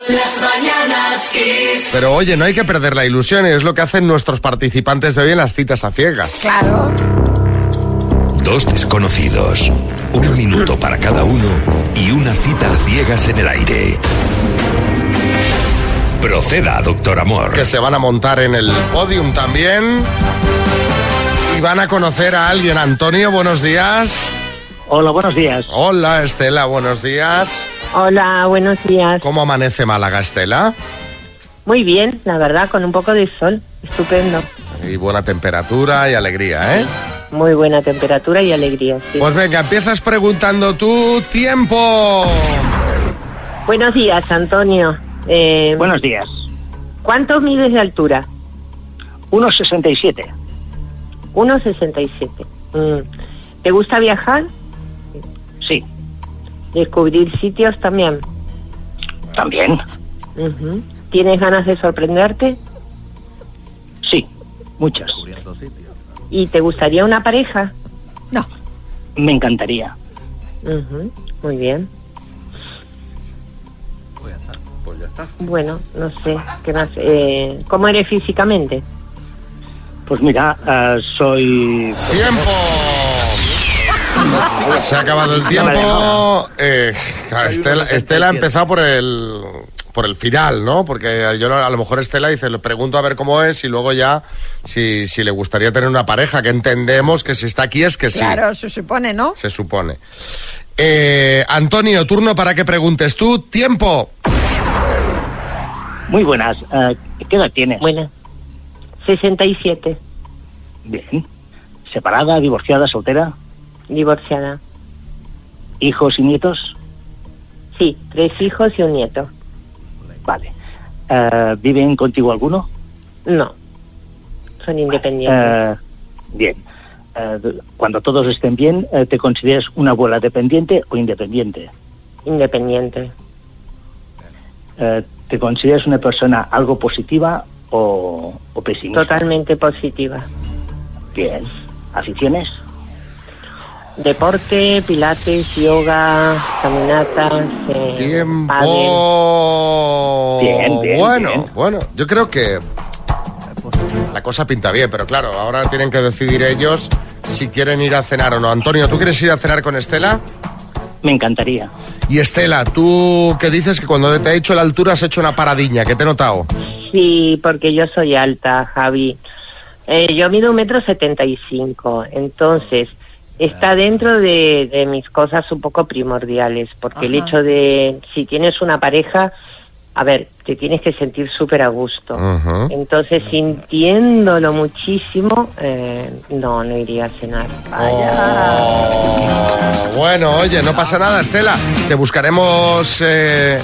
Las mañanas Kiss. Pero oye, no hay que perder la ilusión, es lo que hacen nuestros participantes de hoy en las citas a ciegas. Claro. Dos desconocidos, un minuto para cada uno y una cita a ciegas en el aire. Proceda, doctor amor. Que se van a montar en el podium también. Y van a conocer a alguien. Antonio, buenos días. Hola, buenos días. Hola, Estela, buenos días. Hola, buenos días. ¿Cómo amanece Málaga, Estela? Muy bien, la verdad, con un poco de sol. Estupendo. Y buena temperatura y alegría, ¿eh? Muy buena temperatura y alegría. sí. Pues venga, empiezas preguntando tu tiempo. Buenos días, Antonio. Eh, Buenos días. ¿Cuántos mides de altura? 1,67. 1,67. Mm. ¿Te gusta viajar? Sí, Descubrir sitios también. también. Ujú. ¿Tienes ganas de sorprenderte? Sí, muchas. ¿Y te gustaría una pareja? No. Me encantaría. Ujú, Muy bien. Bueno, no sé, ¿qué más? Eh, ¿Cómo eres físicamente? Pues mira, ah, soy... ¡Tiempo! Se ha acabado el tiempo. Eh, claro, Estela, Estela ha empezado por el, por el final, ¿no? Porque yo a lo mejor Estela dice, le pregunto a ver cómo es y luego ya si, si le gustaría tener una pareja, que entendemos que si está aquí es que sí, Claro, se supone, ¿no? se supone. Eh, Antonio, turno para que preguntes tú. ¡Tiempo! Muy buenas. Ah, ¿Qué edad tienes? Buena. 67, Bien. ¿Separada, divorciada, soltera? divorciada. ¿Hijos y nietos? Sí, tres hijos y un nieto. Vale. Ah, ¿Viven contigo alguno? No, son independientes. Ah, bien. Ah, cuando todos estén bien, eh, ¿te consideras una abuela dependiente o independiente? Independientes. Eh, ¿Te consideras una persona algo positiva o, o pesimista? Totalmente positiva. Bien. ¿Aficiones? Deporte, pilates, yoga, caminatas, eh, pádel. Tiempo. Bien, bien, bueno, bien. bueno, yo creo que la cosa pinta bien, pero claro, ahora tienen que decidir ellos si quieren ir a cenar o no. Antonio, ¿tú quieres ir a cenar con Estela? Me encantaría. Y Estela, tú que dices que cuando te he hecho la altura has hecho una paradiña, que te he notado. Sí, porque yo soy alta, Javi. Eh, yo mido un metro setenta y cinco, entonces Ah. está dentro de, de mis cosas un poco primordiales, porque el Ajá. hecho de si tienes una pareja, a ver, te tienes que sentir súper a gusto. Ujú. Entonces, sintiéndolo muchísimo, eh, no, no iría a cenar. Oh, bueno, oye, no pasa nada, Estela. Te buscaremos eh,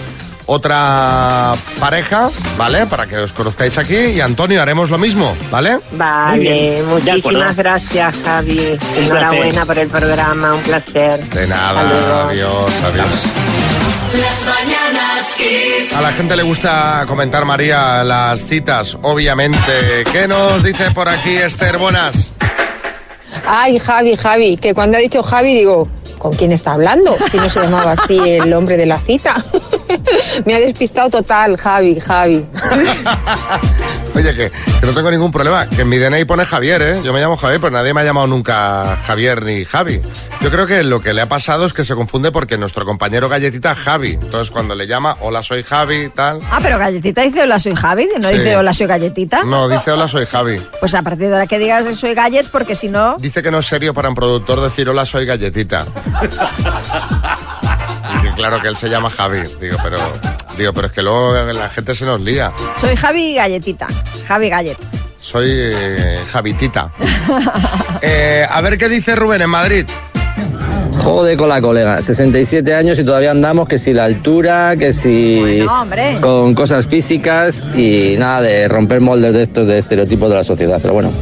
otra pareja, ¿vale? Para que os conozcáis aquí. Y Antonio, haremos lo mismo, ¿vale? Vale, Muy bien, de acuerdo. muchísimas gracias, Javi. Un Enhorabuena placer. por el programa, un placer. De nada, Hasta luego. adiós, adiós. Las mañanas Kiss. A la gente le gusta comentar, María, las citas, obviamente. ¿Qué nos dice por aquí Esther Bonas? Ay, Javi, Javi, que cuando ha dicho Javi digo, ¿con quién está hablando? Si no se llamaba así el hombre de la cita. Me ha despistado total, Javi, Javi. Oye, que, que no tengo ningún problema, que en mi DNI pone Javier, ¿eh? Yo me llamo Javier, pero nadie me ha llamado nunca Javier ni Javi. Yo creo que lo que le ha pasado es que se confunde porque nuestro compañero galletita es Javi. Entonces cuando le llama, hola, soy Javi, tal... Ah, pero Galletita dice hola soy Javi, no Sí. dice hola soy Galletita. No, dice hola, soy Javi. Pues a partir de ahora que digas soy Gallet, porque si no... Dice que no es serio para un productor decir hola, soy galletita. Y que claro que él se llama Javi. Digo, pero, digo, pero es que luego la gente se nos lía. Soy Javi Galletita. Javi Gallet. Soy eh, Javitita. Eh, a ver qué dice Rubén en Madrid. Jode con la colega, 67 años y todavía andamos que si la altura, que si Bueno, hombre. con cosas físicas y nada de romper moldes de estos de estereotipos de la sociedad, pero bueno,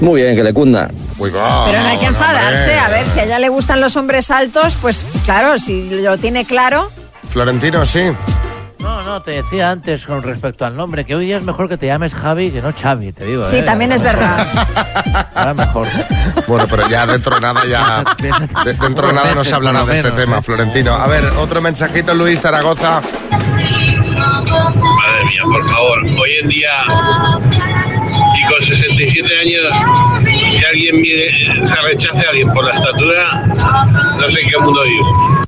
muy bien que le cunda. Uy, va, Pero no hay que hombre. enfadarse. A ver, si a ella le gustan los hombres altos, pues claro, si lo tiene claro... Florentino, sí. No, no, te decía antes con respecto al nombre que hoy día es mejor que te llames Javi que no Xavi, te digo. Sí, ¿eh? también es verdad. Ahora mejor. Bueno, pero ya dentro de nada ya. de- dentro de nada no se hablará de este tema, Florentino. A ver, otro mensajito, Luis Zaragoza. hoy en día y con 67 años que alguien mide- se rechace a alguien por la estatura, no sé en qué mundo vivo.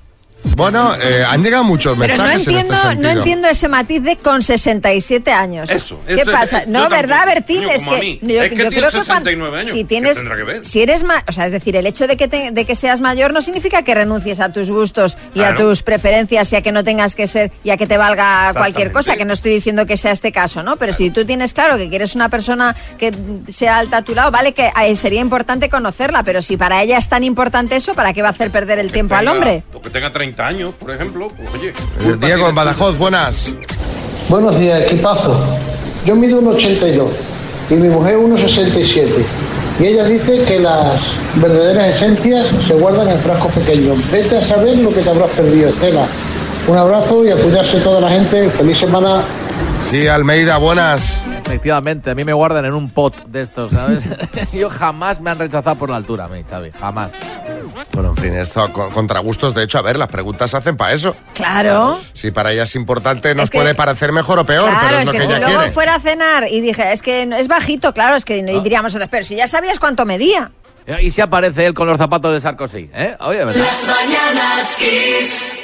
Bueno, eh, han llegado muchos Pero no mensajes entiendo, en este no sentido. entiendo ese matiz de con 67 años. Eso, ¿Qué eso, pasa? eh, no, yo ¿verdad, tampoco. Bertín? Coño, es como a que mí. yo, Es que yo tiene creo que 69 años. si ¿Qué tienes tendrá que ver? si eres más, o sea, es decir, el hecho de que te- de que seas mayor no significa que renuncies a tus gustos y a Claro. tus preferencias y a que no tengas que ser y a que te valga cualquier Exactamente. cosa, que no estoy diciendo que sea este caso, ¿no? Pero si tú tienes claro que quieres una persona que sea alta a tu lado, vale que eh, sería importante conocerla, pero si para ella es tan importante eso, ¿para qué va a hacer perder el tiempo al tenga- hombre? O que tenga 30 años, por ejemplo, pues oye. Eh, Diego, en Badajoz, buenas. Buenos días, equipazo. Yo mido 1,82 y mi mujer 1,67. Y ella dice que las verdaderas esencias se guardan en frascos pequeños. Vete a saber lo que te habrás perdido, Estela. Un abrazo y a cuidarse toda la gente. Feliz semana. Sí, Almeida, buenas. Efectivamente, a mí me guardan en un pot de estos, ¿sabes? Yo jamás me han rechazado por la altura, mi Xavi, jamás. Bueno, en fin, esto co- contra gustos. De hecho, a ver, las preguntas se hacen para eso. Claro. Si para ella es importante, nos que- puede parecer mejor o peor, Claro, pero es, es lo que, que, si ella luego quiere. Ah. fuera a cenar y dije, es que no- es bajito, claro, es que y diríamos nosotros, pero si ya sabías cuánto medía. ¿Y si aparece él con los zapatos de Sarkozy? ¿eh? Oye, ¿verdad? Las mañanas kiss.